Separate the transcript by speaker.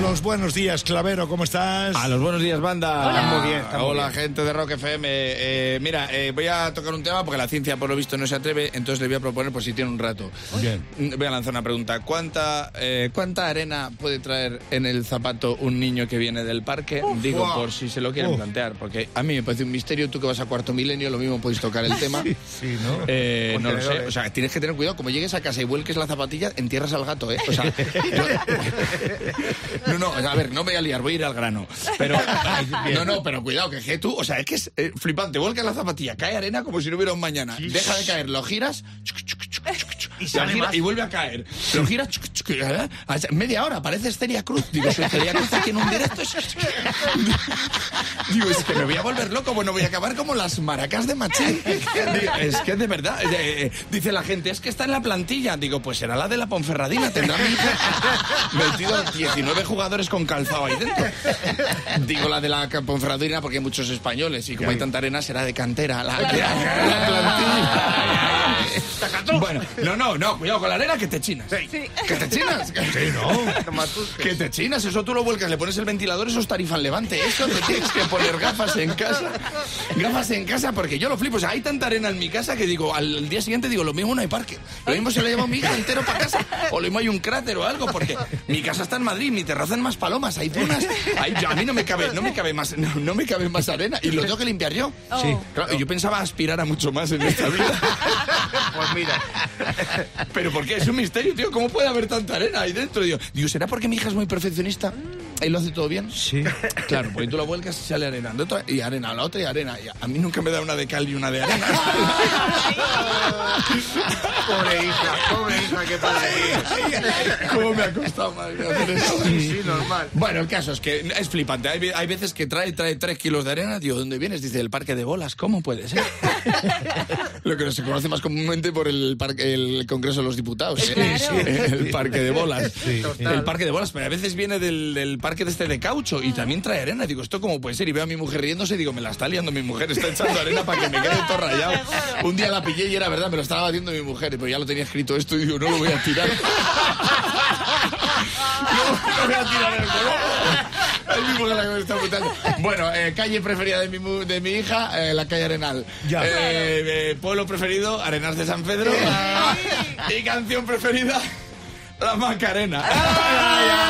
Speaker 1: los buenos días, Clavero, ¿cómo estás?
Speaker 2: A los buenos días, banda.
Speaker 3: Hola.
Speaker 2: Muy bien, está muy
Speaker 4: Hola
Speaker 2: bien.
Speaker 4: gente de Rock FM. Eh, mira, eh, voy a tocar un tema porque la ciencia por lo visto no se atreve, entonces le voy a proponer por si tiene un rato.
Speaker 1: Bien.
Speaker 4: Mm, Voy a lanzar una pregunta. ¿Cuánta, eh, ¿Cuánta arena puede traer en el zapato un niño que viene del parque? Digo,
Speaker 1: Buah.
Speaker 4: por si se lo quieren
Speaker 1: Uf.
Speaker 4: plantear, porque a mí me parece un misterio. Tú que vas a cuarto milenio, lo mismo podéis tocar el tema.
Speaker 1: Sí, ¿no?
Speaker 4: Eh, no lo sé,
Speaker 2: Contenedores.
Speaker 4: o sea, tienes que tener cuidado. Como llegues a casa y vuelques la zapatilla, entierras al gato, ¿eh? O sea, yo- no, no, a ver, no me voy a liar, voy a ir al grano. Pero, no, no, pero cuidado, que, que tú, o sea, es que es eh, flipante. Vuelcas la zapatilla, cae arena como si no hubiera un mañana. Deja de caer, lo giras, chuc, chuc, chuc, chuc, chuc,
Speaker 2: Y
Speaker 4: lo
Speaker 2: sale
Speaker 4: gira
Speaker 2: más.
Speaker 4: y vuelve a caer. Lo giras, chuc, chuc, ¿eh? O sea, media hora, parece Esteria Cruz. Digo, si Esteria Cruz aquí en un directo. Digo, es que me voy a volver loco, bueno, voy a acabar como las maracas de Machín. Digo, es que de verdad, eh, eh, dice la gente, es que está en la plantilla. Digo, pues será la de la Ponferradina, tendrá mi hija metido a 19 jugadores con calzado ahí dentro. Digo la de la Ponferradina porque hay muchos españoles y como hay tanta arena será de cantera la, la- la plantilla. Bueno, no, no, no, cuidado con la arena que te chinas. Que te chinas.
Speaker 1: Sí, ¿no?
Speaker 4: Que te chinas, eso tú lo vuelcas, le pones el ventilador, eso es tarifan levante. Eso te tienes que poner gafas en casa. Gafas en casa, porque yo lo flipo. O sea, hay tanta arena en mi casa que digo, al, al día siguiente digo, lo mismo no hay parque. Lo mismo se le lleva mi hija entero para casa. O lo mismo hay un cráter o algo, porque mi casa está en Madrid, mi terraza en más palomas, hay dunas. Ahí, yo- a mí no me cabe, no me cabe más, no, no me cabe más arena. Y lo tengo que limpiar yo.
Speaker 3: Oh. Sí.
Speaker 4: Claro, yo pensaba aspirar a mucho más en esta vida.
Speaker 2: Pues mira,
Speaker 4: Pero ¿por qué? Es un misterio, tío. ¿Cómo puede haber tanta arena ahí dentro? Digo, digo ¿será porque mi hija es muy perfeccionista? ¿Y lo hace todo bien?
Speaker 1: Sí.
Speaker 4: Claro, porque tú la vuelcas y sale arena. De otra- y arena, la otra y arena. Y a- a mí nunca me da una de cal y una de arena.
Speaker 2: pobre hija, pobre hija, qué padre.
Speaker 4: ¿Cómo me ha costado, madre mía, hacer eso?
Speaker 2: Sí, normal.
Speaker 4: Bueno, el caso es que es flipante. Hay, ve- hay veces que trae, trae tres kilos de arena. Digo, ¿dónde vienes? Dice, del parque de bolas. ¿Cómo puede ser? Lo que se conoce más comúnmente por el, parque, el Congreso de los Diputados. ¿eh?
Speaker 3: Claro. Sí,
Speaker 4: El parque de bolas.
Speaker 1: Sí.
Speaker 4: El parque de bolas, pero a veces viene del, del parque de este de caucho y también trae arena. Digo, ¿esto cómo puede ser? Y veo a mi mujer riéndose y digo, me la está liando mi mujer, está echando arena para que me quede todo rayado. Un día la pillé y era verdad, me lo estaba batiendo mi mujer, pero ya lo tenía escrito esto y digo, no lo voy a tirar. No, no voy a tirar el color. Es mi mujer la que me está apuntando. Bueno, eh, calle preferida de mi, mu- de mi hija, eh, la calle Arenal.
Speaker 1: Ya.
Speaker 4: Eh, eh, pueblo preferido, Arenal de San Pedro. Ah, y canción preferida, La Macarena.